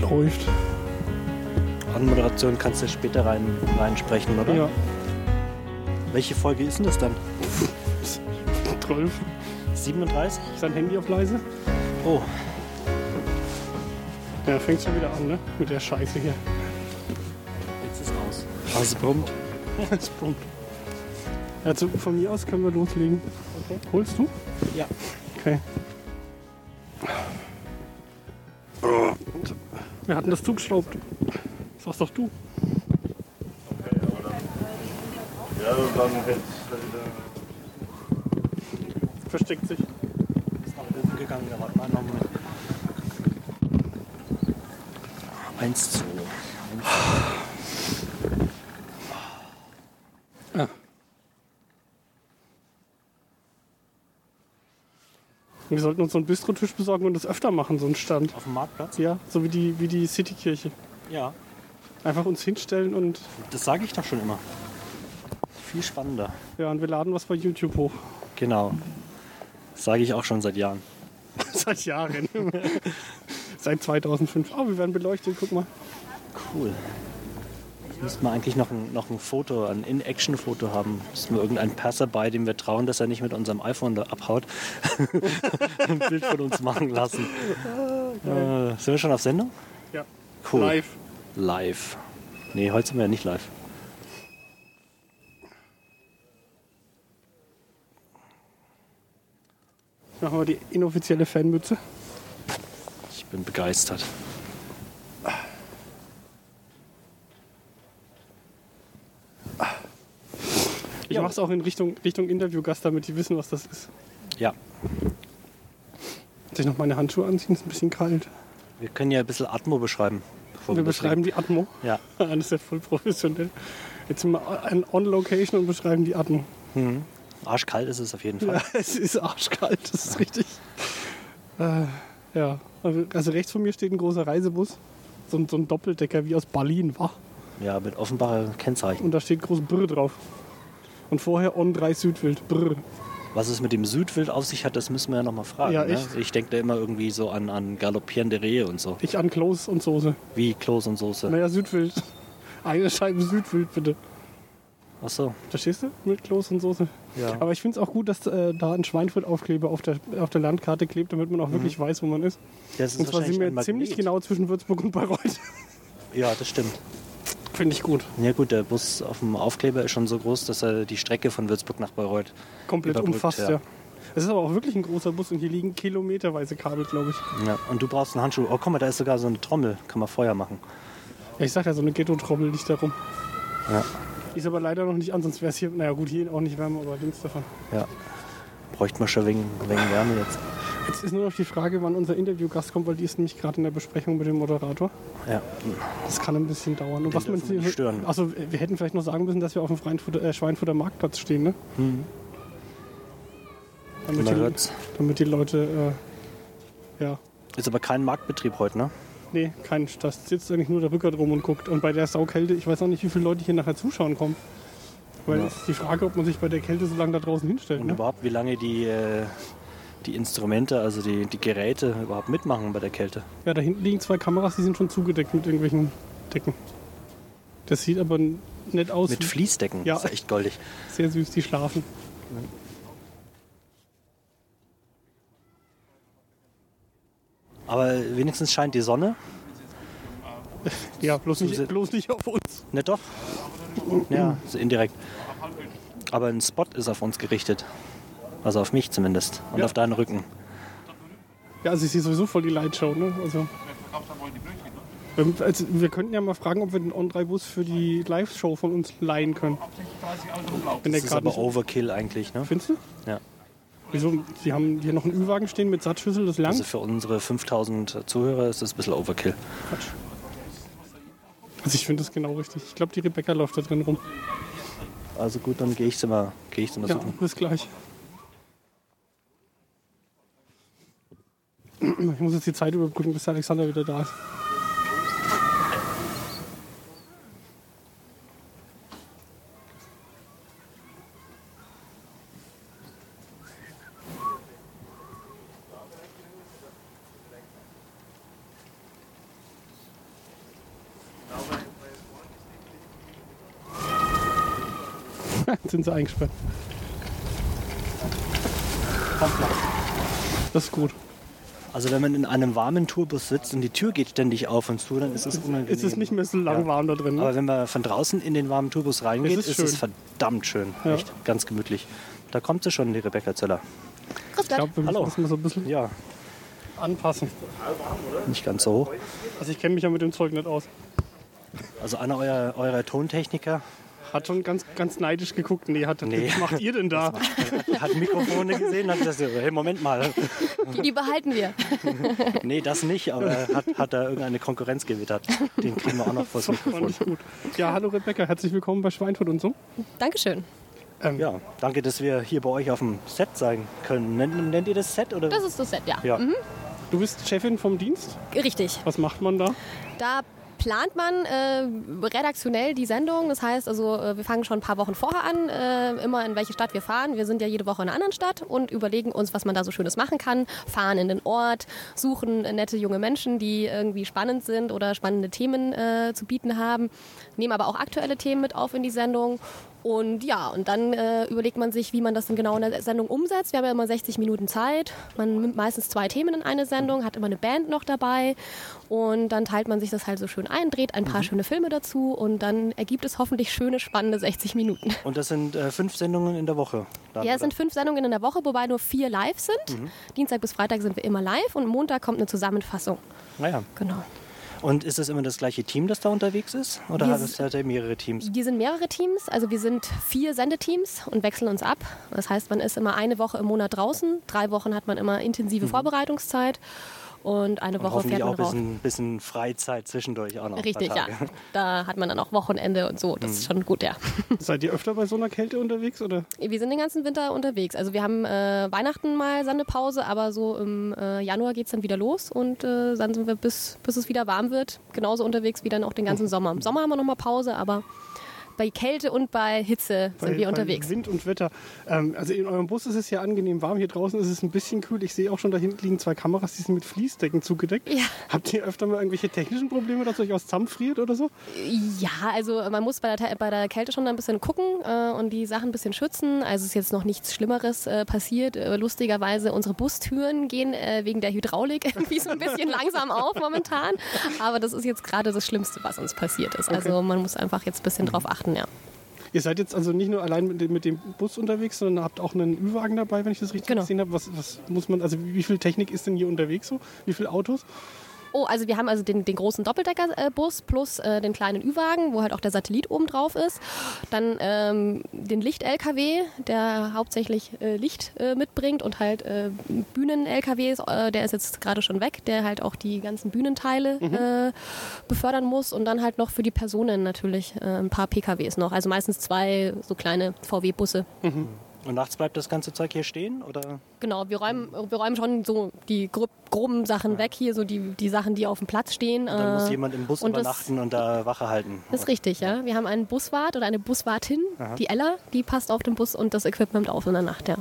läuft. Anmoderation kannst du später rein, reinsprechen, oder? Ja, Welche Folge ist denn das dann? 12. 37? Ist dein Handy auf leise? Oh, Ja, fängt schon wieder an, ne? Mit der Scheiße hier. jetzt ist aus. Also es brummt. Das brummt. Also von mir aus können wir loslegen. Okay. Holst du? Ja. Okay. Wir hatten das zugeschraubt. Das warst doch du. Ja, und dann äh, hätte ich Versteckt sich. Ist nach oben gegangen, da warte mal noch mal. Eins, zwei. Wir sollten uns so einen Bistrotisch besorgen und das öfter machen, so einen Stand. Auf dem Marktplatz? Ja, so wie die, wie die Citykirche. Ja. Einfach uns hinstellen und, Das sage ich doch schon immer. Viel spannender. ja, und wir laden was bei YouTube hoch. Genau. Sage ich auch schon seit Jahren. Seit Jahren. Seit 2005. Oh, wir werden beleuchtet, guck mal. Cool. Müsste man eigentlich noch ein, noch ein Foto, ein In-Action-Foto haben. Müssten wir irgendeinen Passerby, dem wir trauen, dass er nicht mit unserem iPhone da abhaut, ein Bild von uns machen lassen. Äh, sind wir schon auf Sendung? Ja. Cool. Live. Live. Nee, heute sind wir ja nicht live. Machen wir die inoffizielle Fanmütze. Ich bin begeistert. Ich Jo. mach's auch in Richtung, Richtung Interviewgast, damit die wissen, was das ist. Ja, Soll ich noch meine Handschuhe anziehen? Ist ein bisschen kalt. wir können ja ein bisschen Atmo beschreiben. bevor Wir loslegen. beschreiben die Atmo. Ja, Das ist ja voll professionell. Jetzt sind wir an- on location und beschreiben die Atmo. arschkalt ist es auf jeden Fall. Ja, es ist arschkalt, das ist richtig. Äh, ja, also also rechts von mir steht ein großer Reisebus. So ein, so ein Doppeldecker wie aus Berlin, war. Ja, mit offenbarer Kennzeichen. Und da steht groß Brr drauf. Und vorher On 3 Südwild. Brr. Was es mit dem Südwild auf sich hat, das müssen wir ja nochmal fragen. Ja, ne? echt. Ich denke da immer irgendwie so an, an galoppierende Rehe und so. Ich an Kloß und Soße. Wie Kloß und Soße. Naja, Südwild. Eine Scheibe Südwild, bitte. Ach so. Verstehst du? Mit Kloß und Soße. Ja. Aber ich finde es auch gut, dass äh, da ein Schweinfurt-Aufkleber auf der, auf der Landkarte klebt, damit man auch wirklich weiß, wo man ist. Mhm. Das ist und zwar sind wahrscheinlich wir ein Magnet. ziemlich genau zwischen Würzburg und Bayreuth. Ja, das stimmt. finde ich gut. Ja gut, der Bus auf dem Aufkleber ist schon so groß, dass er die Strecke von Würzburg nach Bayreuth Komplett überbrückt, umfasst, ja. ja. Es ist aber auch wirklich ein großer Bus und hier liegen kilometerweise Kabel, glaube ich. Ja, und du brauchst einen Handschuh. Oh, guck mal, da ist sogar so eine Trommel. Kann man Feuer machen. Ja, ich sag ja, so eine Ghetto-Trommel liegt da rum. Ja. Die Ist aber leider noch nicht an, sonst wäre es hier, naja gut, hier auch nicht wärmer, aber links davon. Ja. Bräuchte man schon wegen, wegen Wärme jetzt. Jetzt ist nur noch die Frage, wann unser Interviewgast kommt, weil die ist nämlich gerade in der Besprechung mit dem Moderator. Ja. Das kann ein bisschen dauern. Und was man dürfen wir nicht stören. Also wir hätten vielleicht noch sagen müssen, dass wir auf dem Frankfurter, äh, Schweinfurter Marktplatz stehen, ne? Damit, Hm. Man die, hört's. damit die Leute, äh, ja, Ist aber kein Marktbetrieb heute, ne? nee, kein, da sitzt eigentlich nur der Rückert rum und guckt. Und bei der Saukälte, ich weiß auch nicht, wie viele Leute hier nachher zuschauen kommen. Weil Ja. es ist die Frage, ob man sich bei der Kälte so lange da draußen hinstellt. Und Ne? überhaupt, wie lange die, äh, die Instrumente, also die, die Geräte überhaupt mitmachen bei der Kälte. Ja, da hinten liegen zwei Kameras, die sind schon zugedeckt mit irgendwelchen Decken. Das sieht aber nett aus. Mit Fließdecken. Hm. Ja. Ist echt goldig. Sehr süß, die schlafen. Aber wenigstens scheint die Sonne. Ja, bloß Zusi- nicht, bloß nicht auf uns. Ne, doch? Ja, Hm. so indirekt. Aber ein Spot ist auf uns gerichtet. Also auf mich zumindest. Und Ja. auf deinen Rücken. Ja, also ich sehe sowieso voll die Lightshow, ne? Also, ähm, also wir könnten ja mal fragen, ob wir den On3-Bus für die Live-Show von uns leihen können. Wenn der Das ist gerade aber nicht... Overkill eigentlich, ne? Findest du? Ja. Wieso? Die haben hier noch einen Ü-Wagen stehen mit Satzschüssel, das lang? Also für unsere 5000 Zuhörer ist das ein bisschen Overkill. Quatsch. Also ich finde das genau richtig. Ich glaube, die Rebecca läuft da drin rum. Also gut, dann gehe ich sie mal, gehe ich sie mal Ja, suchen. bis gleich. Ich muss jetzt die Zeit überbrücken, bis der Alexander wieder da ist. sind sie eingesperrt. Das ist gut. Also wenn man in einem warmen Tourbus sitzt und die Tür geht ständig auf und zu, dann ist es unangenehm. Es ist nicht mehr so lang warm da drin. Ne? Aber wenn man von draußen in den warmen Tourbus reingeht, Es ist ist, es schön. verdammt schön. Ja. Echt ganz gemütlich. Da kommt sie schon, die Rebecca Zöller. Ich glaube, wir müssen Hallo. das mal so ein bisschen Ja, anpassen. nicht ganz so hoch. Also ich kenne mich ja mit dem Zeug nicht aus. Also einer eurer, eurer Tontechniker Hat schon ganz, ganz neidisch geguckt. Nee, hat, Nee. was macht ihr denn da? hat Mikrofone gesehen, hat gesagt, hey, Moment mal. Die, die behalten wir. Nee, das nicht, aber hat, hat da irgendeine Konkurrenz gewittert. Den kriegen wir auch noch vors Fand Mikrofon. ich gut. Ja, hallo Rebecca, herzlich willkommen bei Schweinfurt und so. Dankeschön. Ja, danke, dass wir hier bei euch auf dem Set sein können. Nennt, nennt ihr das Set? Oder? Das ist Mhm. das Set, ja. ja. Du bist Chefin vom Dienst. Richtig. Was macht man da? Da plant man äh, redaktionell die Sendung. Das heißt also, äh, wir fangen schon ein paar Wochen vorher an, äh, immer in welche Stadt wir fahren. Wir sind ja jede Woche in einer anderen Stadt und überlegen uns, was man da so Schönes machen kann. Fahren in den Ort, suchen äh, nette junge Menschen, die irgendwie spannend sind oder spannende Themen äh, zu bieten haben. Nehmen aber auch aktuelle Themen mit auf in die Sendung. Und ja, und dann äh, überlegt man sich, wie man das denn genau in der Sendung umsetzt. Wir haben ja immer 60 Minuten Zeit. Man nimmt meistens zwei Themen in eine Sendung, hat immer eine Band noch dabei. Und dann teilt man sich das halt so schön ein, dreht ein paar schöne Filme dazu und dann ergibt es hoffentlich schöne, spannende 60 Minuten. Und das sind äh, fünf Sendungen in der Woche. Dann, Ja, es sind fünf Sendungen in der Woche, wobei nur vier live sind. Dienstag bis Freitag sind wir immer live und Montag kommt eine Zusammenfassung. Naja. Genau. Und ist es immer das gleiche Team, das da unterwegs ist? Oder Wir hat es hat er mehrere Teams? Wir sind mehrere Teams, also wir sind vier Sendeteams und wechseln uns ab. Das heißt, man ist immer eine Woche im Monat draußen, drei Wochen hat man immer intensive Vorbereitungszeit und eine Woche Mhm. Hoffentlich fährt auch man ein raus. bisschen, bisschen Freizeit zwischendurch auch noch. ein paar Richtig, ja. Tage. Mhm. Da hat man dann auch Wochenende und so. Das ist schon gut, ja. Seid ihr öfter bei so einer Kälte unterwegs oder? Wir sind den ganzen Winter unterwegs. Also wir haben äh, Weihnachten mal Sendepause, aber so im äh, Januar geht es dann wieder los und äh, dann sind wir bis, bis es wieder warm wird genauso unterwegs wie dann auch den Mhm. ganzen Sommer. Im Sommer haben wir nochmal Pause, aber bei Kälte und bei Hitze sind wir unterwegs. Bei Wind und Wetter. Ähm, also in eurem Bus ist es ja angenehm warm. Hier draußen ist es ein bisschen kühl. Ich sehe auch schon, da hinten liegen zwei Kameras, die sind mit Fließdecken zugedeckt. Ja. Habt ihr öfter mal irgendwelche technischen Probleme, dass euch was zusammenfriert oder so? Ja, also man muss bei der, bei der Kälte schon ein bisschen gucken äh, und die Sachen ein bisschen schützen. Also ist jetzt noch nichts Schlimmeres äh, passiert. Äh, lustigerweise, unsere Bustüren gehen äh, wegen der Hydraulik irgendwie so ein bisschen langsam auf momentan. Aber das ist jetzt gerade das Schlimmste, was uns passiert ist. Also man muss einfach jetzt ein bisschen drauf achten, ja. Ihr seid jetzt also nicht nur allein mit dem, mit dem Bus unterwegs, sondern habt auch einen Ü-Wagen dabei, wenn ich das richtig Genau. gesehen habe. Was, was muss man, also wie viel Technik ist denn hier unterwegs so? Wie viele Autos? Oh, also wir haben also den, den großen Doppeldeckerbus plus äh, den kleinen Ü-Wagen, wo halt auch der Satellit oben drauf ist. Dann ähm, den Licht-LKW, der hauptsächlich äh, Licht äh, mitbringt und halt äh, Bühnen-LKWs, äh, der ist jetzt gerade schon weg, der halt auch die ganzen Bühnenteile Mhm. äh, befördern muss. Und dann halt noch für die Personen natürlich äh, ein paar PKWs noch. Also meistens zwei so kleine VW-Busse. Und nachts bleibt das ganze Zeug hier stehen? Oder? Genau, wir räumen, wir räumen schon so die grob, groben Sachen weg hier, so die, die Sachen, die auf dem Platz stehen. Dann muss äh, jemand im Bus und das- übernachten und da Wache halten. Das ist richtig, ja. Wir haben einen Buswart oder eine Buswartin, die Ella, die passt auf den Bus und das Equipment auf in der Nacht, ja.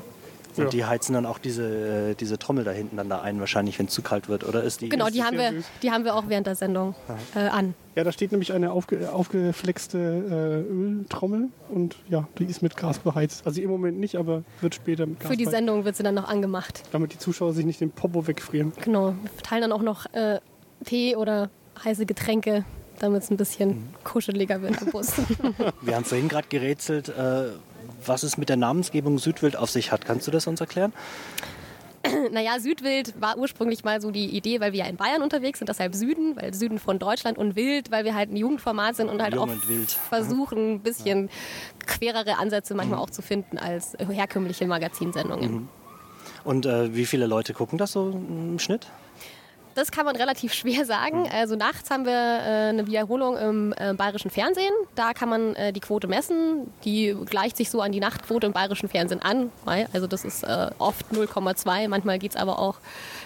Und Ja. die heizen dann auch diese, äh, diese Trommel da hinten dann da ein, wahrscheinlich, wenn es zu kalt wird. Oder ist die. Genau, ist die haben, sehr wir, süß. die haben wir auch während der Sendung äh, an. Ja, da steht nämlich eine aufge, aufgeflexte äh, Öltrommel und ja, die ist mit Gas beheizt. Also im Moment nicht, aber wird später mit Gas Für die beheizt. Sendung wird sie dann noch angemacht. Damit die Zuschauer sich nicht den Popo wegfrieren. Genau, wir verteilen dann auch noch äh, Tee oder heiße Getränke, damit es ein bisschen kuscheliger wird im Bus. Wir haben vorhin gerade gerätselt, äh, was es mit der Namensgebung Südwild auf sich hat. Kannst du das uns erklären? naja, Südwild war ursprünglich mal so die Idee, weil wir ja in Bayern unterwegs sind, deshalb Süden, weil Süden von Deutschland und Wild, weil wir halt ein Jugendformat sind und halt Jung auch und wild. Mhm. versuchen, ein bisschen querere Ansätze manchmal auch zu finden als herkömmliche Magazinsendungen. Und äh, wie viele Leute gucken das so im Schnitt? Das kann man relativ schwer sagen. Also nachts haben wir äh, eine Wiederholung im äh, bayerischen Fernsehen. Da kann man äh, die Quote messen. Die gleicht sich so an die Nachtquote im bayerischen Fernsehen an. Weil, Also das ist äh, oft 0,2. Manchmal geht es aber auch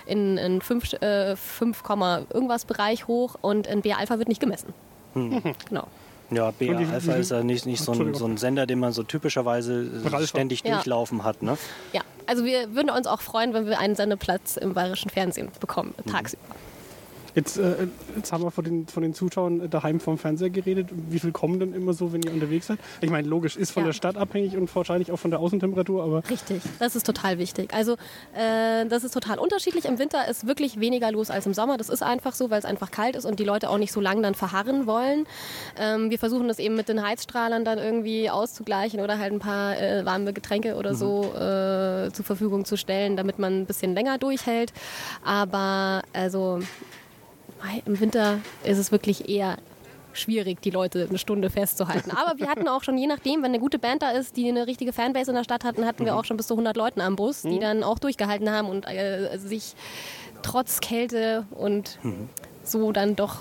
in, in 5, äh, 5, Komma irgendwas Bereich hoch. Und in BR-Alpha wird nicht gemessen. Genau. Ja, BR Und die- Alpha ist ja nicht, nicht so, ein, Entschuldigung. so ein Sender, den man so typischerweise äh, Ralfa. ständig Ja. durchlaufen hat. Ne? Ja, also wir würden uns auch freuen, wenn wir einen Sendeplatz im bayerischen Fernsehen bekommen, tagsüber. Jetzt, äh, jetzt haben wir von den, von den Zuschauern daheim vom Fernseher geredet. Wie viel kommen denn immer so, wenn ihr unterwegs seid? Ich meine, logisch, ist von Ja. der Stadt abhängig und wahrscheinlich auch von der Außentemperatur, aber Richtig, das ist total wichtig. Also äh, das ist total unterschiedlich. Im Winter ist wirklich weniger los als im Sommer. Das ist einfach so, weil es einfach kalt ist und die Leute auch nicht so lang dann verharren wollen. Ähm, wir versuchen das eben mit den Heizstrahlern dann irgendwie auszugleichen oder halt ein paar äh, warme Getränke oder so äh, zur Verfügung zu stellen, damit man ein bisschen länger durchhält. Aber also Mai, im Winter ist es wirklich eher schwierig, die Leute eine Stunde festzuhalten. Aber wir hatten auch schon, je nachdem, wenn eine gute Band da ist, die eine richtige Fanbase in der Stadt hatten, Mhm. hatten wir auch schon bis zu 100 Leuten am Bus, die dann auch durchgehalten haben und äh, sich trotz Kälte und Mhm. so dann doch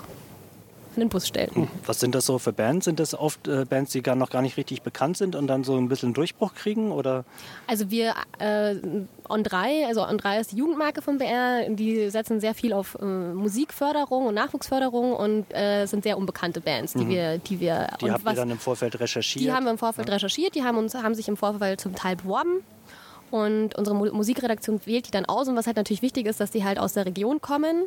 in den Bus stellten. Was sind das so für Bands? Sind das oft äh, Bands, die gar noch gar nicht richtig bekannt sind und dann so ein bisschen Durchbruch kriegen? Oder Also wir, äh, On3, also On3 ist die Jugendmarke von BR, die setzen sehr viel auf äh, Musikförderung und Nachwuchsförderung und äh, sind sehr unbekannte Bands, die wir, die wir Mhm. die und habt ihr dann im Vorfeld recherchiert? Die haben wir im Vorfeld recherchiert, die haben, uns, haben sich im Vorfeld zum Teil beworben. Und unsere Mu Musikredaktion wählt die dann aus. Und was halt natürlich wichtig ist, dass die halt aus der Region kommen.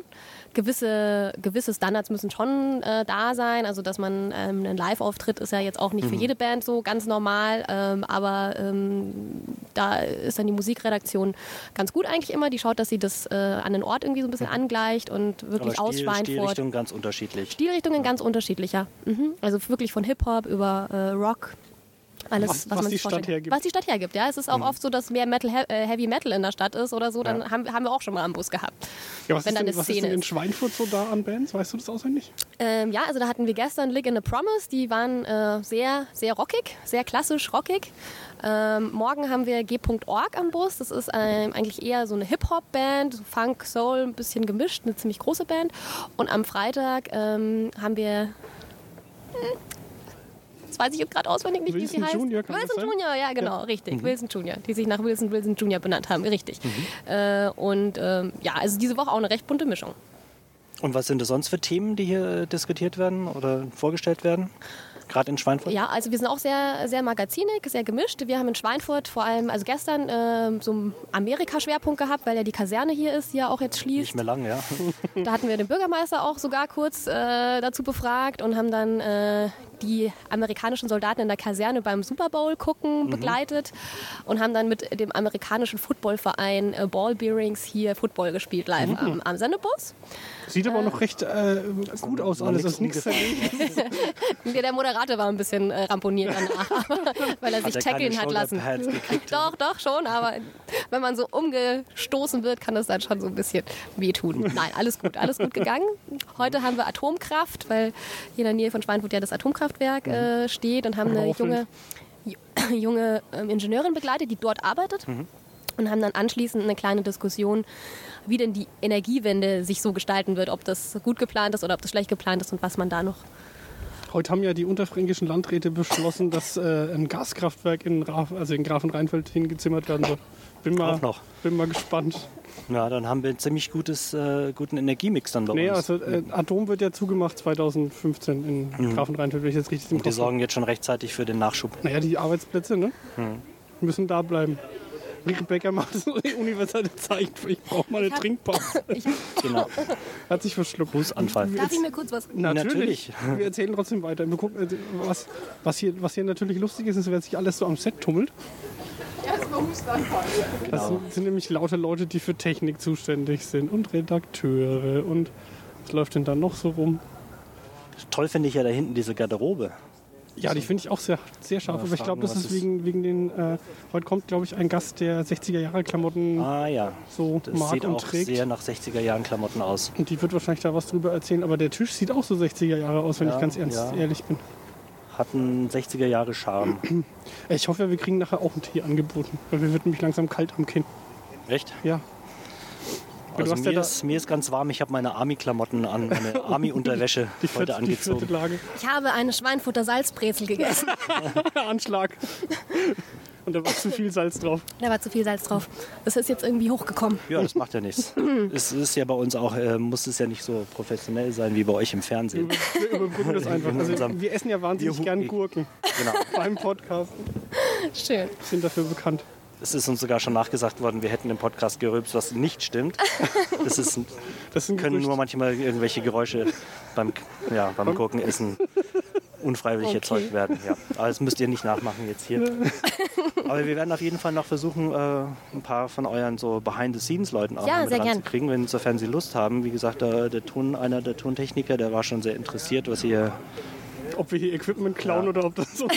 Gewisse, gewisse Standards müssen schon äh, da sein. Also, dass man ähm, einen Live-Auftritt ist ja jetzt auch Mhm. nicht für jede Band so ganz normal. Ähm, aber ähm, da ist dann die Musikredaktion ganz gut eigentlich immer. Die schaut, dass sie das äh, an den Ort irgendwie so ein bisschen angleicht und Aber wirklich Stil, ausschweinfort. Stilrichtung ganz unterschiedlich. Stilrichtungen ganz unterschiedlicher. Mhm. Also wirklich von Hip-Hop über äh, Rock. Alles, Was- was, was man die sich vorstellen Stadt hergibt. Mhm. Was die Stadt hergibt, ja. Es ist auch oft so, dass mehr Metal, He- äh, Heavy Metal in der Stadt ist oder so. Dann haben, haben wir auch schon mal am Bus gehabt. ja, was, ist Wenn da denn, eine was ist Szene denn in ist. Schweinfurt so da an Bands? Weißt du das auswendig? Ähm, ja, also da hatten wir gestern Lick in a Promise. Die waren äh, sehr, sehr rockig, sehr klassisch rockig. Ähm, morgen haben wir G.org am Bus. Das ist ähm, eigentlich eher so eine Hip-Hop-Band, so Funk, Soul, ein bisschen gemischt, eine ziemlich große Band. Und am Freitag ähm, haben wir. Hm, Das weiß ich jetzt gerade auswendig nicht, wie Wilson sie heißt. Junior, kann das Wilson sein? Mhm. Junior, ja, genau, richtig. Wilson Junior, die sich nach Wilson Wilson Junior benannt haben, richtig. Mhm. Äh, und ähm, ja, also diese Woche auch eine recht bunte Mischung. Und was sind das sonst für Themen, die hier äh, diskutiert werden oder vorgestellt werden? Gerade in Schweinfurt? Ja, also wir sind auch sehr, sehr magazinig, sehr gemischt. Wir haben in Schweinfurt vor allem, also gestern ähm, so einen Amerika-Schwerpunkt gehabt, weil ja die Kaserne hier ist, die ja auch jetzt schließt. Nicht mehr lang, ja. Da hatten wir den Bürgermeister auch sogar kurz äh, dazu befragt und haben dann äh, die amerikanischen Soldaten in der Kaserne beim Super Bowl Mhm. gucken begleitet und haben dann mit dem amerikanischen Footballverein äh, Ball Bearings hier Football gespielt live Mhm. am, am Sendebus. Sieht aber noch recht äh, gut aus noch alles. nix Das ist nichts umgesetzt. zerlegt. Der, der Moderator war ein bisschen äh, ramponiert danach, weil er sich er keine tackeln hat halt lassen. Shoulderpads gekriegt? Doch, doch, schon, aber wenn man so umgestoßen wird, kann das dann schon so ein bisschen wehtun. Nein, alles gut, alles gut gegangen. Heute haben wir Atomkraft, weil hier in der Nähe von Schweinfurt ja das Atomkraftwerk äh, steht und haben eine Rauchwind. junge, ju- junge ähm, Ingenieurin begleitet, die dort arbeitet. Und haben dann anschließend eine kleine Diskussion, wie denn die Energiewende sich so gestalten wird, ob das gut geplant ist oder ob das schlecht geplant ist und was man da noch Heute haben ja die unterfränkischen Landräte beschlossen, dass äh, ein Gaskraftwerk in, Graf, also in Grafenrheinfeld hingezimmert werden soll. Bin mal, Auch noch. Bin mal gespannt. Ja, dann haben wir einen ziemlich gutes, äh, guten Energiemix dann bei Nee, uns. also äh, Atom wird ja zugemacht 2015 in Grafenrheinfeld, wenn ich jetzt richtig im Mhm. die Kopf habe. sorgen jetzt schon rechtzeitig für den Nachschub. Naja, die Arbeitsplätze, ne? Mhm. Müssen da bleiben. Rieke Becker macht so die universelle Zeichen. Ich brauche mal eine hab- Trinkpause. Genau. Hat sich verschluckt. Anfall. Darf ich mir kurz was? Natürlich. Natürlich. Wir erzählen trotzdem weiter. Wir gucken, äh, was, was, hier, was hier natürlich lustig ist, ist, wer sich alles so am Set tummelt. Das Genau. sind- sind nämlich lauter Leute, die für Technik zuständig sind und Redakteure und was läuft denn da noch so rum? Toll finde ich ja da hinten diese Garderobe. Ja, die finde ich auch sehr, sehr scharf, Ja, aber ich fragen glaube, das wir, ist was wegen, wegen den. Äh, heute kommt, glaube ich, ein Gast, der 60er-Jahre-Klamotten Ah ja. so Das mag sieht und auch trägt. sehr nach 60er Jahren Klamotten aus. Und die wird wahrscheinlich da was drüber erzählen, aber der Tisch sieht auch so 60er-Jahre aus, wenn Ja, ich ganz ernst ja. ehrlich bin. Hat einen 60er Jahre Charme. Ey, Ich hoffe, ja, wir kriegen nachher auch einen Tee angeboten, weil mir wird nämlich langsam kalt am Kinn. Recht? Ja, Also hast ja mir, da- ist, mir ist ganz warm. Ich habe meine Army-Klamotten an, meine Army-Unterwäsche die heute vierte, die vierte angezogen. Lage. Ich habe eine Schweinfutter Salzbrezel gegessen. Anschlag. Und da war zu viel Salz drauf. Da war zu viel Salz drauf. Das ist jetzt irgendwie hochgekommen. Ja, das macht ja nichts. es ist ja bei uns auch, äh, muss es ja nicht so professionell sein wie bei euch im Fernsehen. Wir überbrücken das einfach. In Also, unserem- wir essen ja wahnsinnig Wir gern hupen. Gurken genau. beim Podcast. Schön. sind dafür bekannt. Es ist uns sogar schon nachgesagt worden, wir hätten im Podcast gerülpst, was nicht stimmt. Das, ist, Das ist Hm, ein können Gerücht. nur manchmal irgendwelche Geräusche beim, ja, beim Gurkenessen unfreiwillig erzeugt werden. Ja. Aber das müsst ihr nicht nachmachen jetzt hier. Aber wir werden auf jeden Fall noch versuchen, äh, ein paar von euren so Behind-the-Scenes-Leuten auch Ja, noch mit sehr gern. ranzukriegen, wenn sofern sie Lust haben. Wie gesagt, äh, der, der Ton, einer der Tontechniker, der war schon sehr interessiert, was ihr Ob wir hier Equipment klauen Ja. oder ob das so.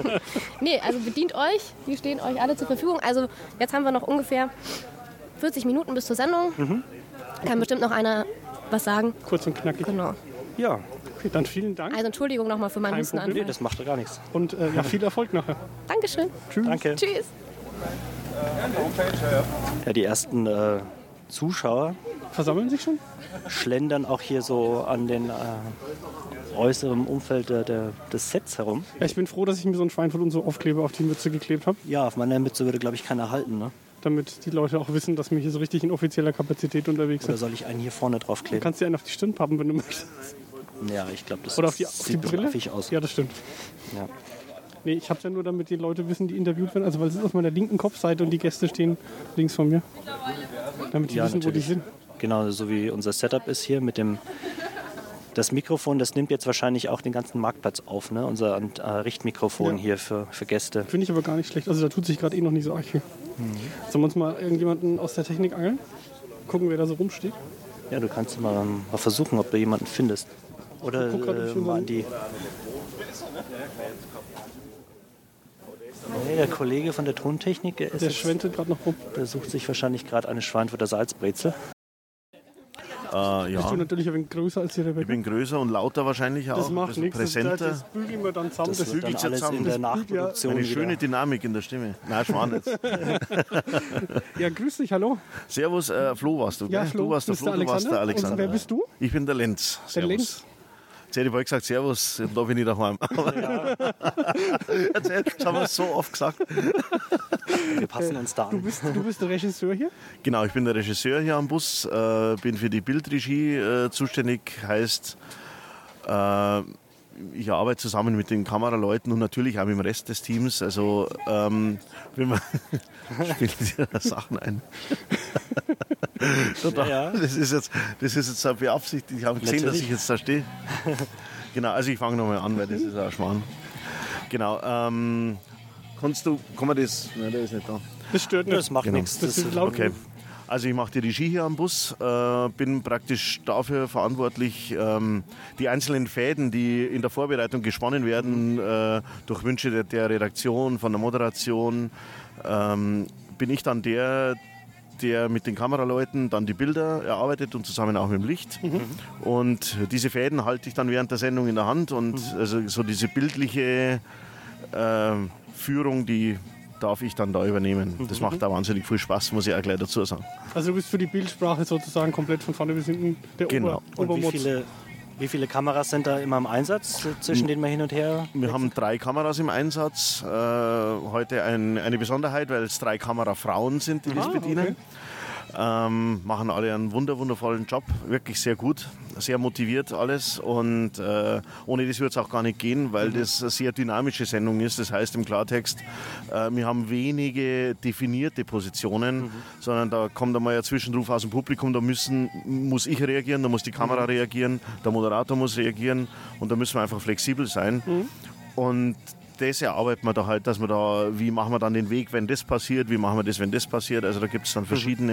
Nee, also bedient euch. Wir stehen euch alle zur Verfügung. Also jetzt haben wir noch ungefähr 40 Minuten bis zur Sendung. Kann bestimmt noch einer was sagen. Kurz und knackig. Genau. ja, Okay, dann vielen Dank Also Entschuldigung nochmal für meinen Kein nee, Hustenanfall. das macht doch gar nichts. und äh, ja, viel Erfolg nachher. Dankeschön. Danke. Tschüss. Ja, die ersten äh, Zuschauer Versammeln sich schon? schlendern auch hier so an den äh, äußeren Umfeld der, der, des Sets herum. Ja, ich bin froh, dass ich mir so ein Schwein von und so Aufkleber auf die Mütze geklebt habe, Ja, auf meiner Mütze würde, glaube ich, keiner halten. Ne? damit die Leute auch wissen, dass wir hier so richtig in offizieller Kapazität unterwegs Oder sind. soll ich einen hier vorne Du draufkleben? kannst dir einen auf die Stirn pappen, wenn du möchtest. Ja, ich glaube, das Oder auf die, auf die sieht Brille? affig aus. Ja, das stimmt. Ja. Nee, ich hab's ja nur, damit die Leute wissen, die interviewt werden. Also, weil es ist auf meiner linken Kopfseite und die Gäste stehen links von mir. Damit die Ja, wissen, wo die natürlich. sind. Genau, so wie unser Setup ist hier mit dem. Das Mikrofon, das nimmt jetzt wahrscheinlich auch den ganzen Marktplatz auf, ne? unser äh, Richtmikrofon Ja. hier für, für Gäste. Finde ich aber gar nicht schlecht. Also, da tut sich gerade eh noch nicht so arg viel. Mhm. Sollen wir uns mal irgendjemanden aus der Technik angeln? Gucken, wer da so rumsteht. Ja, du kannst mal, ähm, mal versuchen, ob du jemanden findest. Oder guck grad, ob ich äh, hier so mal einen- an die. Nee, der Kollege von der Tontechnik der ist Der jetzt, schwentelt gerade noch rum. Ah. der sucht sich wahrscheinlich gerade eine Schweinfurter Salzbrezel. Äh, Bist ja. du natürlich ein wenig größer als die Ich Rebecca. bin größer und lauter wahrscheinlich auch. Das ein macht bisschen nichts. Das, Präsenter. das bügeln wir dann zusammen. Das, Das, wird dann fügt sich alles zusammen. in der Das Nachproduktion Eine schöne wieder. Dynamik in der Stimme. Na, Schwan ja, grüß dich, hallo. Servus, äh, Flo warst du. Gell? Ja, Flo, du warst der bist Flo, du der warst Alexander. der Alexander. Und wer bist du? Ich bin der Lenz. Servus. Der Lenz. Jetzt hätte ich bald gesagt, Servus, da bin ich daheim. jetzt, jetzt haben wir es so oft gesagt. Wir passen uns da Du an. bist, du bist der Regisseur hier. Genau, ich bin der Regisseur hier am Bus, äh, bin für die Bildregie äh, zuständig, heißt, äh, ich arbeite zusammen mit den Kameraleuten und natürlich auch mit dem Rest des Teams. Also, ähm, wenn man spielt ja Sachen ein. Total. Ja. Das ist jetzt, das ist jetzt beabsichtigt. Ich habe gesehen, dass Natürlich. ich jetzt da stehe. Genau, also ich fange nochmal an, weil das ist auch Schmarrn. Genau. Ähm, kannst du, kann man das? Nein, der ist nicht da. Das stört nicht. Das macht Genau. nichts. Das Das, sind laut- Okay. Also ich mache die Regie hier am Bus, äh, bin praktisch dafür verantwortlich, ähm, die einzelnen Fäden, die in der Vorbereitung gesponnen werden, äh, durch Wünsche der, der Redaktion, von der Moderation, ähm, bin ich dann der, der mit den Kameraleuten dann die Bilder erarbeitet und zusammen auch mit dem Licht. Und diese Fäden halte ich dann während der Sendung in der Hand und also so diese bildliche ähm, Führung, die darf ich dann da übernehmen. Das macht da wahnsinnig viel Spaß, muss ich auch gleich dazu sagen. Also du bist für die Bildsprache sozusagen komplett von vorne bis hinten der Genau. Ober und wie Obermotz. viele, wie viele Kameras sind da immer im Einsatz, zwischen denen man hin und her Wir haben drei Kameras im Einsatz. Äh, heute ein, eine Besonderheit, weil es drei Kamerafrauen sind, die das bedienen. Ähm, machen alle einen wunder, wundervollen Job, wirklich sehr gut, sehr motiviert alles. Und äh, ohne das wird es auch gar nicht gehen, weil das eine sehr dynamische Sendung ist. Das heißt im Klartext, äh, wir haben wenige definierte Positionen, sondern da kommt einmal ein Zwischenruf aus dem Publikum, da müssen, muss ich reagieren, da muss die Kamera reagieren, der Moderator muss reagieren und da müssen wir einfach flexibel sein. Und das erarbeitet man da halt, dass man da, wie machen wir dann den Weg, wenn das passiert, wie machen wir das, wenn das passiert. Also da gibt es dann verschiedene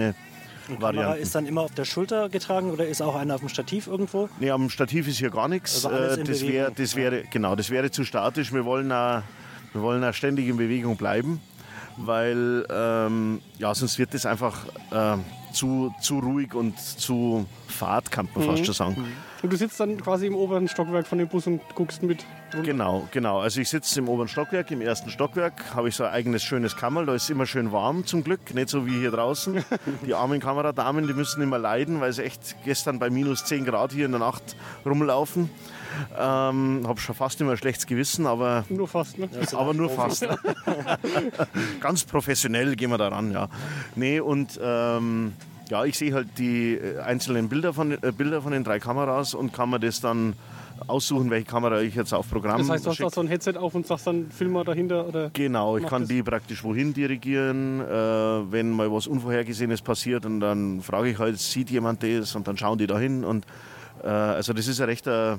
Mhm. Kamera Varianten. ist dann immer auf der Schulter getragen oder ist auch einer auf dem Stativ irgendwo? Nee, am Stativ ist hier gar nichts. Also alles Äh, in das Bewegung, wäre, das wäre, genau, das wäre zu statisch. Wir wollen auch, wir wollen auch ständig in Bewegung bleiben, weil ähm, ja, sonst wird das einfach äh, zu, zu ruhig und zu fad, kann man Mhm. fast schon sagen. Und du sitzt dann quasi im oberen Stockwerk von dem Bus und guckst mit. Genau, genau. Also ich sitze im oberen Stockwerk, im ersten Stockwerk habe ich so ein eigenes schönes Kammerl. Da ist es immer schön warm zum Glück, nicht so wie hier draußen. Die armen Kameradamen, die müssen immer leiden, weil sie echt gestern bei minus 10 Grad hier in der Nacht rumlaufen. Ähm, habe schon fast immer ein schlechtes Gewissen, aber, Nur fast, ne? aber nur fast. Ganz professionell gehen wir daran, ja. Nee, und ähm, ja, ich sehe halt die äh, einzelnen Bilder von, äh, Bilder von den drei Kameras und kann mir das dann aussuchen, welche Kamera ich jetzt auf Programm Das heißt, du hast schick. auch so ein Headset auf und sagst dann, film mal dahinter oder. Genau, ich Macht kann das- die praktisch wohin dirigieren, äh, wenn mal was Unvorhergesehenes passiert und dann frage ich halt, sieht jemand das und dann schauen die da hin und äh, also das ist eine recht äh,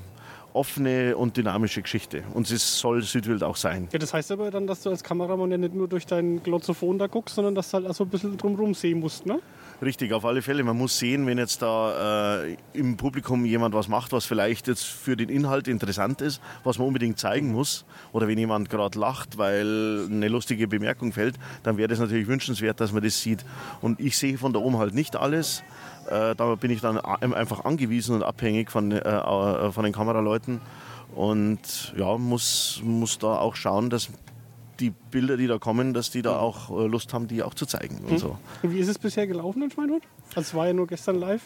offene und dynamische Geschichte und es soll Südwild auch sein. Ja, das heißt aber dann, dass du als Kameramann ja nicht nur durch dein Glotzophon da guckst, sondern dass du halt auch so ein bisschen drumherum sehen musst, ne? Richtig, auf alle Fälle. Man muss sehen, wenn jetzt da äh, im Publikum jemand was macht, was vielleicht jetzt für den Inhalt interessant ist, was man unbedingt zeigen muss, oder wenn jemand gerade lacht, weil eine lustige Bemerkung fällt, dann wäre das natürlich wünschenswert, dass man das sieht. Und ich sehe von da oben halt nicht alles. Äh, da bin ich dann a- einfach angewiesen und abhängig von, äh, äh, von den Kameraleuten. Und ja, muss, muss da auch schauen, dass die Bilder, die da kommen, dass die da auch äh, Lust haben, die auch zu zeigen und so. Und wie ist es bisher gelaufen in Schweinhut? Also es war ja nur gestern live.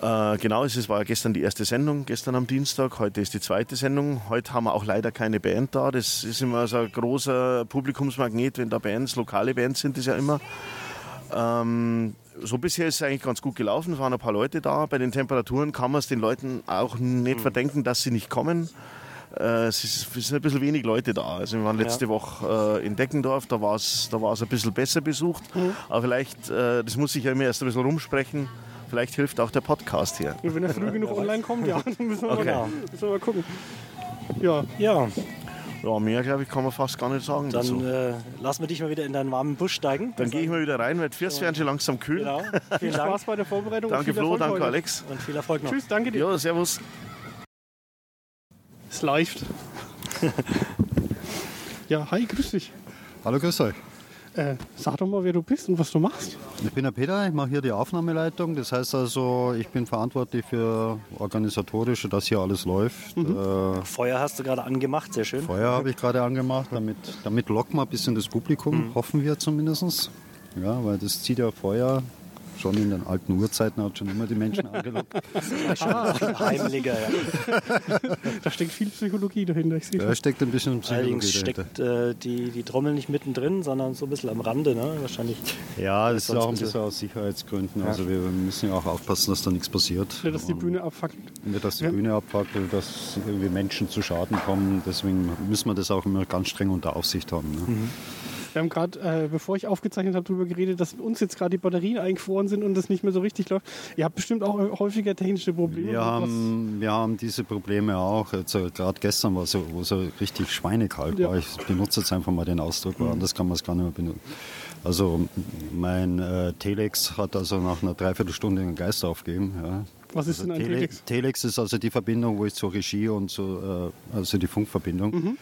Äh, genau, es ist- war gestern die erste Sendung, gestern am Dienstag, heute ist die zweite Sendung. Heute haben wir auch leider keine Band da. Das ist immer so ein großer Publikumsmagnet, wenn da Bands, lokale Bands sind, das ja immer. Ähm, so bisher ist es eigentlich ganz gut gelaufen. Es waren ein paar Leute da. Bei den Temperaturen kann man es den Leuten auch nicht verdenken, dass sie nicht kommen. Äh, es, ist, es sind ein bisschen wenig Leute da. Also wir waren letzte Woche äh, in Deckendorf, da war es da war's ein bisschen besser besucht. Aber vielleicht, äh, das muss ich ja immer erst ein bisschen rumsprechen, vielleicht hilft auch der Podcast hier. Und wenn er früh genug online kommt, ja, dann müssen wir, Okay. mal, müssen wir mal gucken. Ja, Ja, Ja, mehr glaube ich kann man fast gar nicht sagen dann dazu. äh, lassen wir dich mal wieder in deinen warmen Busch steigen. Dann gehe ich mal wieder rein, weil die Fürst werden schon langsam kühl. Genau. Vielen Dank Spaß bei der Vorbereitung. und Danke viel Flo, Erfolg danke heute. Alex. und viel Erfolg noch. Tschüss, danke dir. Ja, servus. Es läuft. ja, hi, grüß dich. Hallo, grüß euch. Äh, sag doch mal, wer du bist und was du machst. Ich bin der Peter, ich mache hier die Aufnahmeleitung. Das heißt also, ich bin verantwortlich für organisatorische, dass hier alles läuft. Mhm. Äh, Feuer hast du gerade angemacht, sehr schön. Feuer habe ich gerade angemacht, damit, damit locken wir ein bisschen das Mhm. Publikum, hoffen wir zumindest. Ja, weil das zieht ja Feuer. Schon in den alten Urzeiten hat schon immer die Menschen angelockt. Heimlicher. Ja. Da steckt viel Psychologie dahinter. Ich sehe Da steckt ein bisschen Allerdings Psychologie dahinter. steckt äh, die, die Trommel nicht mittendrin, sondern so ein bisschen am Rande, ne? Wahrscheinlich. Ja, das ist sonst auch ein ist es- bisschen aus Sicherheitsgründen. Also wir müssen ja auch aufpassen, dass da nichts passiert. dass die Bühne abfackelt. Nicht, dass die Ja. Bühne abfackelt, dass irgendwie Menschen zu Schaden kommen. Deswegen müssen wir das auch immer ganz streng unter Aufsicht haben. Ne? Wir haben gerade, äh, bevor ich aufgezeichnet habe, darüber geredet, dass uns jetzt gerade die Batterien eingefroren sind und das nicht mehr so richtig läuft. Ihr habt bestimmt auch äh, häufiger technische Probleme. Wir, Was- haben, wir haben diese Probleme auch. Jetzt, äh, Gerade gestern war so, wo so richtig schweinekalt Ja. Mhm. war. Ich benutze jetzt einfach mal den Ausdruck, weil anders kann man es gar nicht mehr benutzen. Also mein äh, Telex hat also nach einer Dreiviertelstunde den Geist aufgegeben. Ja. Also Was ist denn ein Tele- Telex? Telex ist also die Verbindung, wo ich zur Regie und zur, äh, also die Funkverbindung. Mhm.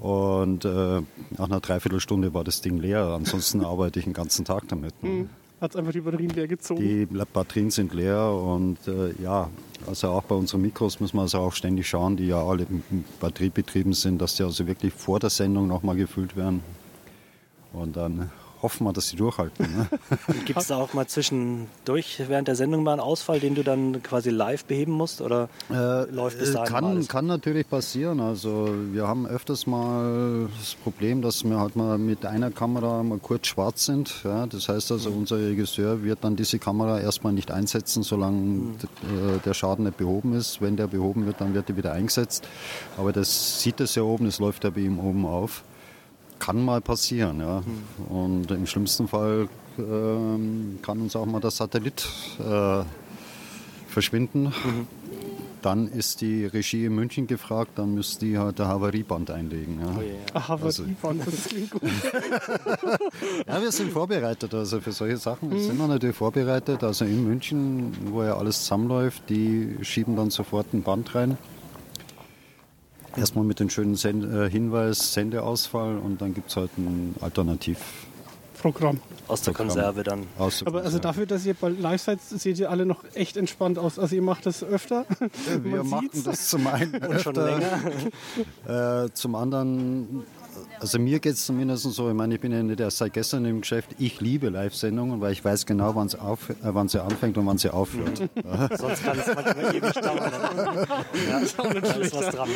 Und äh, nach einer Dreiviertelstunde war das Ding leer. Ansonsten arbeite ich den ganzen Tag damit. Ne? Mhm. Hat's einfach die Batterien leer gezogen. Die Batterien sind leer und äh, ja, also auch bei unseren Mikros muss man also auch ständig schauen, die ja alle m- m- batteriebetrieben sind, dass die also wirklich vor der Sendung nochmal gefüllt werden. Und dann hoffen wir, dass sie durchhalten. Ne? Gibt es da auch mal zwischendurch während der Sendung mal einen Ausfall, den du dann quasi live beheben musst? Oder läuft bis Äh, dahin mal kann, alles? kann natürlich passieren. Also wir haben öfters mal das Problem, dass wir halt mal mit einer Kamera mal kurz schwarz sind. Ja, das heißt Mhm. also, unser Regisseur wird dann diese Kamera erstmal nicht einsetzen, solange Mhm. d- äh, der Schaden nicht behoben ist. Wenn der behoben wird, dann wird die wieder eingesetzt. Aber das sieht es ja oben, das läuft ja bei ihm oben auf. Kann mal passieren, ja. Mhm. Und im schlimmsten Fall ähm, kann uns auch mal der Satellit äh, verschwinden. Mhm. Dann ist die Regie in München gefragt, dann müsst die halt der Havarieband einlegen. Ja. Oh Aha, was also die waren, das klingt gut. ja, wir sind vorbereitet also für solche Sachen. Mhm. Sind wir natürlich vorbereitet. Also in München, wo ja alles zusammenläuft, die schieben dann sofort ein Band rein. Erstmal mit dem schönen Sen äh, Hinweis, Sendeausfall und dann gibt es halt ein Alternativ. Programm. Aus der Konserve dann. Aus Aber also dafür, dass ihr bald live seid, seht ihr alle noch echt entspannt aus. Also ihr macht das öfter. wir Man machen sieht's. äh? das zum einen Und schon öfter. Äh, zum anderen also mir geht es zumindest so, ich meine, ich bin ja nicht erst seit gestern im Geschäft, ich liebe Live-Sendungen, weil ich weiß genau, wann äh, wann sie anfängt und wann sie aufhört. Sonst kann es manchmal ewig dauern. Ja, da ist was dran.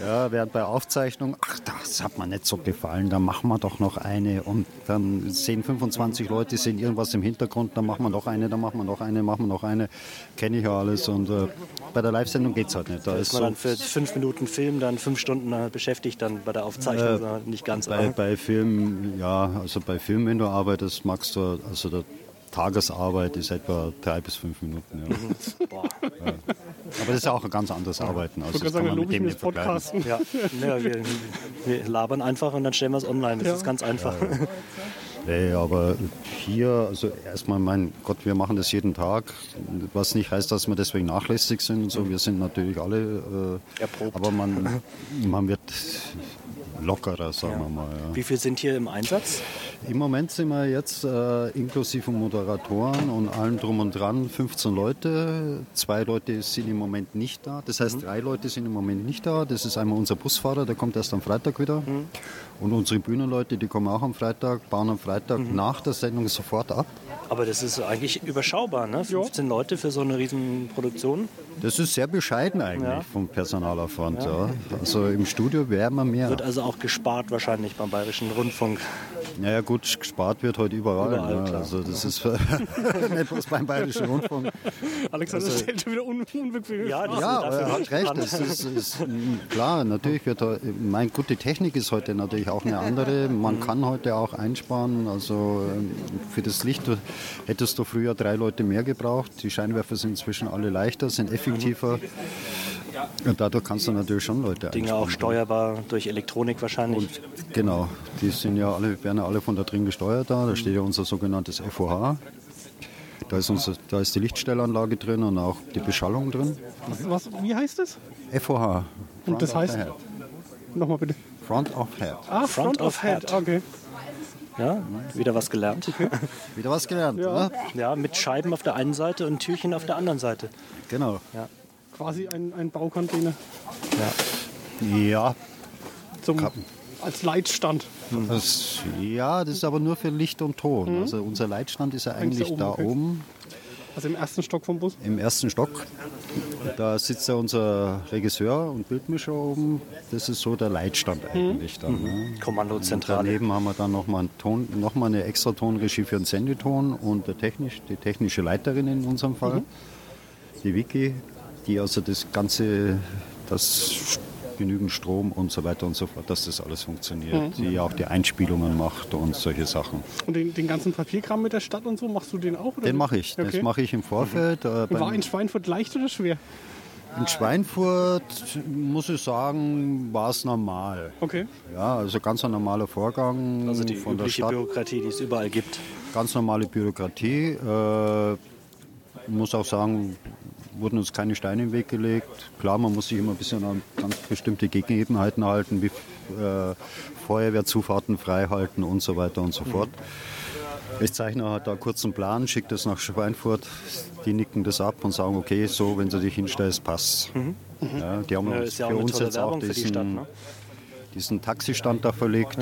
Ja. Ja, während bei Aufzeichnung, ach, das hat mir nicht so gefallen, dann machen wir doch noch eine. Und dann sehen 25 Leute, sehen irgendwas im Hintergrund, dann machen wir noch eine, dann machen wir noch eine, machen wir noch eine. Kenne ich ja alles. Und äh, bei der Live-Sendung geht es halt nicht. Da ist Ist man so, dann für fünf Minuten Film, dann fünf Stunden äh, beschäftigt, dann bei der Aufzeichnung sondern nicht ganz. bei, aber- bei Film, ja, also bei Film, wenn du arbeitest, magst du, also der Tagesarbeit ist etwa drei bis fünf Minuten. Ja. Boah. Aber das ist ja auch ein ganz anderes Arbeiten. Also Ich wollte das gerade sagen, kann man logisch mit dem mir das nicht vergleichen. Podcasten. Ja, naja, wir, wir labern einfach und dann stellen wir es online. Das Ja. ist ganz einfach. Nee, aber hier, also erstmal, mein Gott, wir machen das jeden Tag, was nicht heißt, dass wir deswegen nachlässig sind und so. Wir sind natürlich alle äh, Erprobt. Aber man, man wird lockerer, sagen wir mal. Ja. Wie viel sind hier im Einsatz? Im Moment sind wir jetzt äh, inklusive Moderatoren und allem drum und dran 15 Leute. Zwei Leute sind im Moment nicht da. Das Mhm. heißt, drei Leute sind im Moment nicht da. Das ist einmal unser Busfahrer, der kommt erst am Freitag wieder. Mhm. Und unsere Bühnenleute, die kommen auch am Freitag, bauen am Freitag Mhm. nach der Sendung sofort ab. Aber das ist eigentlich überschaubar, ne? 15 Leute für so eine riesen Produktion. Das ist sehr bescheiden eigentlich Ja. vom Personalaufwand. Ja. Also im Studio wären wir mehr. Wird also auch gespart wahrscheinlich beim Bayerischen Rundfunk. Naja gut, gespart wird heute überall. Überall, ne? klar. Also das ist nicht bloß beim Bayerischen Rundfunk. Alexander stellt schon wieder un unbequem. Also, Ja, das Ja, sind aber dafür er hat nicht recht. dran. Das ist, ist, m, klar, natürlich wird da, mein gut, die Technik ist heute natürlich auch eine andere. Hm. Man kann heute auch einsparen. Also ähm, für das Licht hättest du früher drei Leute mehr gebraucht. Die Scheinwerfer sind inzwischen alle leichter, sind effektiver. Und dadurch kannst du natürlich schon Leute Mhm. Dinge auch steuerbar durch Elektronik wahrscheinlich. Genau, die sind ja alle, werden ja alle von da drin gesteuert da. Da steht ja unser sogenanntes FOH. Da ist, unser, da ist die Lichtstellanlage drin und auch die Beschallung drin. Was, was, wie heißt es? FOH. Und das Front of heißt? the Head. Nochmal bitte. Front of Head. Ah, Front of Head. Okay. ja, wieder was gelernt. Wieder was gelernt, ne? Ja, mit Scheiben auf der einen Seite und Türchen auf der anderen Seite. Genau. Quasi ein, ein Baucontainer Ja. zum, als Leitstand. Das, ja, das ist aber nur für Licht und Ton. Also unser Leitstand ist ja eigentlich Mhm. oben, da okay. oben Also im ersten Stock vom Bus. im ersten Stock. Da sitzt ja unser Regisseur und Bildmischer oben. Das ist so der Mhm. Leitstand eigentlich dann. Ne? Kommandozentrale. Daneben haben wir dann nochmal einen Ton, noch mal eine extra Tonregie für den Sendeton und der technisch, die technische Leiterin in unserem Fall, Mhm. die Vicky, die also das Ganze, das genügend Strom und so weiter und so fort, dass das alles Mhm. funktioniert, die auch die Einspielungen macht und solche Sachen. Und den, den ganzen Papierkram mit der Stadt und so, machst du den auch? Oder Den wie? mache ich, Okay. das mache ich im Mhm. Vorfeld. Äh, War beim, in Schweinfurt leicht oder schwer? in Schweinfurt, muss ich sagen, war es normal. Okay. Ja, also ganz ein normaler Vorgang Also die von der übliche Stadt. Bürokratie, die es überall gibt. ganz normale Bürokratie. Äh, muss auch sagen, wurden uns keine Steine im Weg gelegt. Klar, man muss sich immer ein bisschen an ganz bestimmte Gegebenheiten halten, wie äh, Feuerwehrzufahrten frei halten und so weiter und Mhm. so fort. Ich zeichne halt da kurz einen Plan, schicke das nach Schweinfurt, die nicken das ab und sagen, okay, so, wenn du dich hinstellst, passt. Ja, die haben Mhm. Ja, uns ist ja auch für eine uns tolle jetzt auch Werbung für die diesen, Stadt. Ne? diesen Taxistand da verlegt,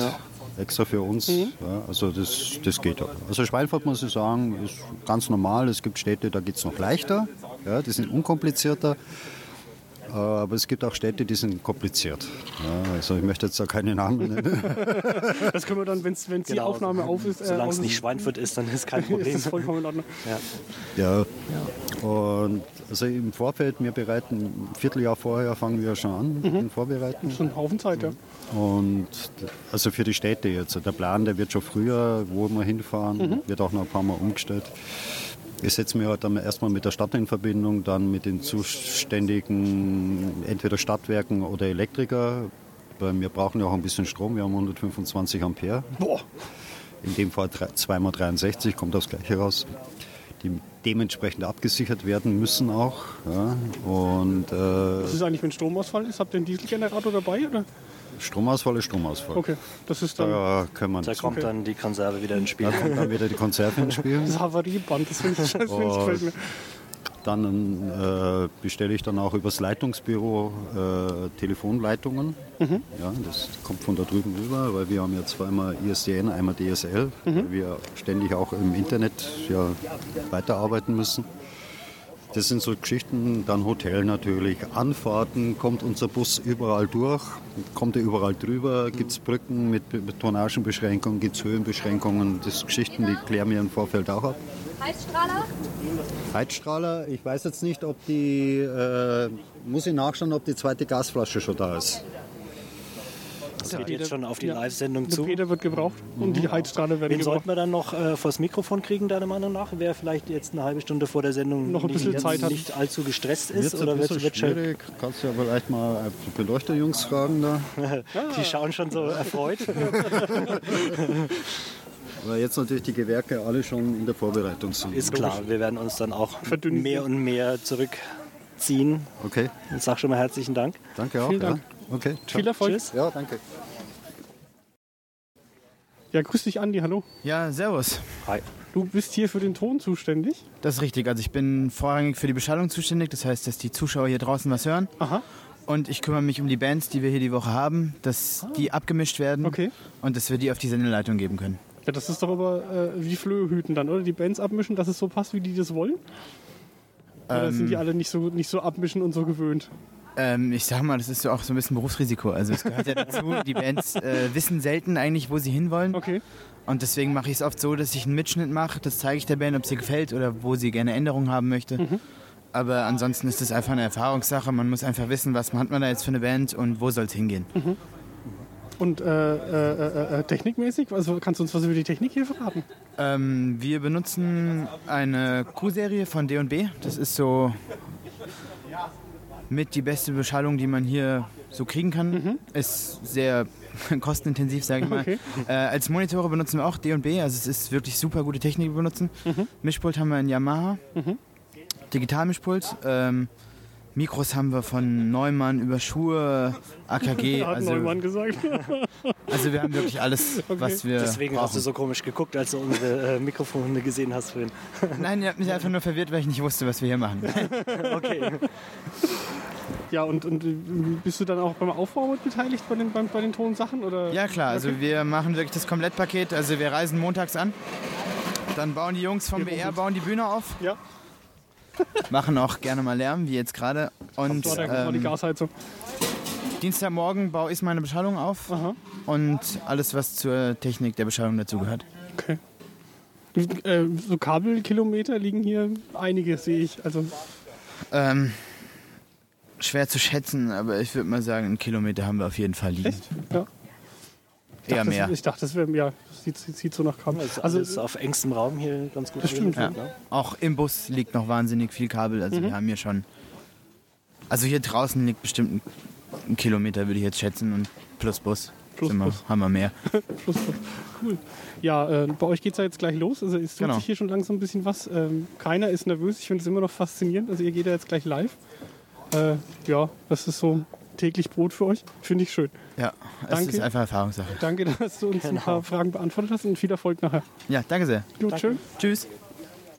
extra für uns. Ja, also das, das geht auch. Also Schweinfurt muss ich sagen, ist ganz normal. Es gibt Städte, da geht es noch leichter, ja, die sind unkomplizierter. Äh, Aber es gibt auch Städte, die sind kompliziert. Ja, also ich möchte jetzt da keine Namen nennen. Das können wir dann, wenn die Genau. Aufnahme auf ist. äh, Solange aus es ist- nicht Schweinfurt ist, dann ist kein ist Problem. das vollkommen in Ordnung. Ja. Ja. Und also im Vorfeld, wir bereiten, ein Vierteljahr vorher fangen wir schon an mit dem Vorbereiten. Schon einen Haufen Zeit, ja. Mhm. Und d- also für die Städte jetzt. Der Plan, der wird schon früher, wo wir hinfahren, wird auch noch ein paar Mal umgestellt. Ich setze mich halt dann erstmal mit der Stadt in Verbindung, dann mit den zuständigen entweder Stadtwerken oder Elektriker. Weil wir brauchen ja auch ein bisschen Strom, wir haben 125 Ampere. Boah. In dem Fall 2x63 kommt das gleiche raus, die dementsprechend abgesichert werden müssen auch. Ja. Und äh, Was ist eigentlich, wenn Stromausfall ist? Habt ihr einen Dieselgenerator dabei? Oder? Stromausfall ist Stromausfall. Okay, das ist dann Da können wir Da nichts kommt dann die Konserve wieder ins Spiel. Da kommt dann wieder die Konserve ins Spiel. Oh. das Havarieband. Das finde ich, das finde ich gefällt mir. Dann äh, bestelle ich dann auch übers Leitungsbüro äh, Telefonleitungen. Ja, das kommt von da drüben rüber, weil wir haben ja zweimal ISDN, einmal DSL, weil wir ständig auch im Internet ja, weiterarbeiten müssen. Das sind so Geschichten, dann Hotel natürlich, Anfahrten, kommt unser Bus überall durch, kommt er überall drüber, gibt es Brücken mit, Be- mit Tonagenbeschränkungen, gibt es Höhenbeschränkungen, das sind Geschichten, die klären wir im Vorfeld auch ab. Heizstrahler? Heizstrahler, ich weiß jetzt nicht, ob die, äh, muss ich nachschauen, ob die zweite Gasflasche schon da ist. Das geht jetzt schon auf die Ja. Live-Sendung Der zu. Peter wird gebraucht und Mhm. die Heizstrahler werden Wen gebraucht. sollten wir dann noch äh, vors Mikrofon kriegen, deiner Meinung nach? Wer vielleicht jetzt eine halbe Stunde vor der Sendung Noch ein nicht- bisschen jetzt Zeit hat. nicht allzu gestresst Wird's ist? Oder ein wird bisschen wird schon, schwierig, kannst du ja vielleicht mal die Beleuchterjungs fragen da. die schauen schon so erfreut. Weil jetzt natürlich die Gewerke alle schon in der Vorbereitung sind. ist klar, wir werden uns dann auch Verdünnen. mehr und mehr zurückziehen. Okay, Und sag schon mal herzlichen Dank. danke auch. Vielen ja. Dank. Okay, ciao. Viel Erfolg. Tschüss. Ja, danke. Ja, grüß dich, Andi, hallo. Ja, servus. Hi. Du bist hier für den Ton zuständig. Das ist richtig. Also ich bin vorrangig für die Beschallung zuständig, das heißt, dass die Zuschauer hier draußen was hören. Aha, Und ich kümmere mich um die Bands, die wir hier die Woche haben, dass die abgemischt werden Ah. okay. und dass wir die auf die Sendeleitung geben können. Ja, das ist doch aber äh, wie Flöhüten dann, oder? Die Bands abmischen, dass es so passt, wie die das wollen? Oder sind die alle nicht so, nicht so abmischen und so gewöhnt? Ähm, ich sag mal, das ist ja auch so ein bisschen Berufsrisiko. Also es gehört ja dazu, die Bands äh, wissen selten eigentlich, wo sie hinwollen. Okay. Und deswegen mache ich es oft so, dass ich einen Mitschnitt mache, das zeige ich der Band, ob sie gefällt oder wo sie gerne Änderungen haben möchte. Mhm. Aber ansonsten ist es einfach eine Erfahrungssache. Man muss einfach wissen, was hat man da jetzt für eine Band und wo soll es hingehen. Und äh, äh, äh, äh, technikmäßig? Also kannst du uns was über die Technik hier verraten? Ähm, wir benutzen eine Q-Serie von D&B. Das ist so mit die beste Beschallung, die man hier so kriegen kann. Ist sehr kostenintensiv, sage ich mal. Mhm. Okay. Äh, als Monitore benutzen wir auch D&B. Also es ist wirklich super gute Technik, die wir benutzen. Mhm. Mischpult haben wir in Yamaha. Digitalmischpult. Ähm, Mikros haben wir von Neumann über Schuhe, AKG. Hat Also, Neumann gesagt. also wir haben wirklich alles, was wir Deswegen brauchen. hast du so komisch geguckt, als du unsere äh, Mikrofone gesehen hast vorhin. Nein, ihr habt mich einfach nur verwirrt, weil ich nicht wusste, was wir hier machen. Okay. ja, und, und äh, bist du dann auch beim Aufbau mit beteiligt bei den, beim, bei den Tonsachen? Oder? Ja klar, also wir machen wirklich das Komplettpaket. Also wir reisen montags an, dann bauen die Jungs vom BR, bauen die Bühne auf, Ja, machen auch gerne mal Lärm, wie jetzt gerade. Und dort war die ähm, Gasheizung. Dienstagmorgen baue ich meine Beschallung auf Aha. und alles, was zur Technik der Beschallung dazugehört. Okay. Äh, so Kabelkilometer liegen hier einige, sehe ich. Also Ähm, schwer zu schätzen, aber ich würde mal sagen, einen Kilometer haben wir auf jeden Fall liegen. echt? Ja. Ich Eher dachte, mehr. Das, ich dachte, das wäre, ja, das sieht, sieht, sieht so nach Kabel. Also, Also, alles auf engstem Raum hier ganz gut. Das stimmt, organisiert, Ja. ne? Auch im Bus liegt noch wahnsinnig viel Kabel. Also Mhm. wir haben hier schon. Also hier draußen liegt bestimmt ein- ein Kilometer, würde ich jetzt schätzen. Und plus Bus. Plus sind wir, Bus. Haben wir mehr. Schluss. Cool. Ja, äh, bei euch geht es ja jetzt gleich los. Also es tut Genau. sich hier schon langsam ein bisschen was. Ähm, keiner ist nervös. Ich finde es immer noch faszinierend. Also ihr geht ja jetzt gleich live. Äh, ja, das ist so täglich Brot für euch. Finde ich schön. Ja, es Danke. ist einfach Erfahrungssache. Danke, dass du uns ein paar Fragen beantwortet hast und viel Erfolg nachher. Ja, danke sehr. Gut, schön. Tschüss.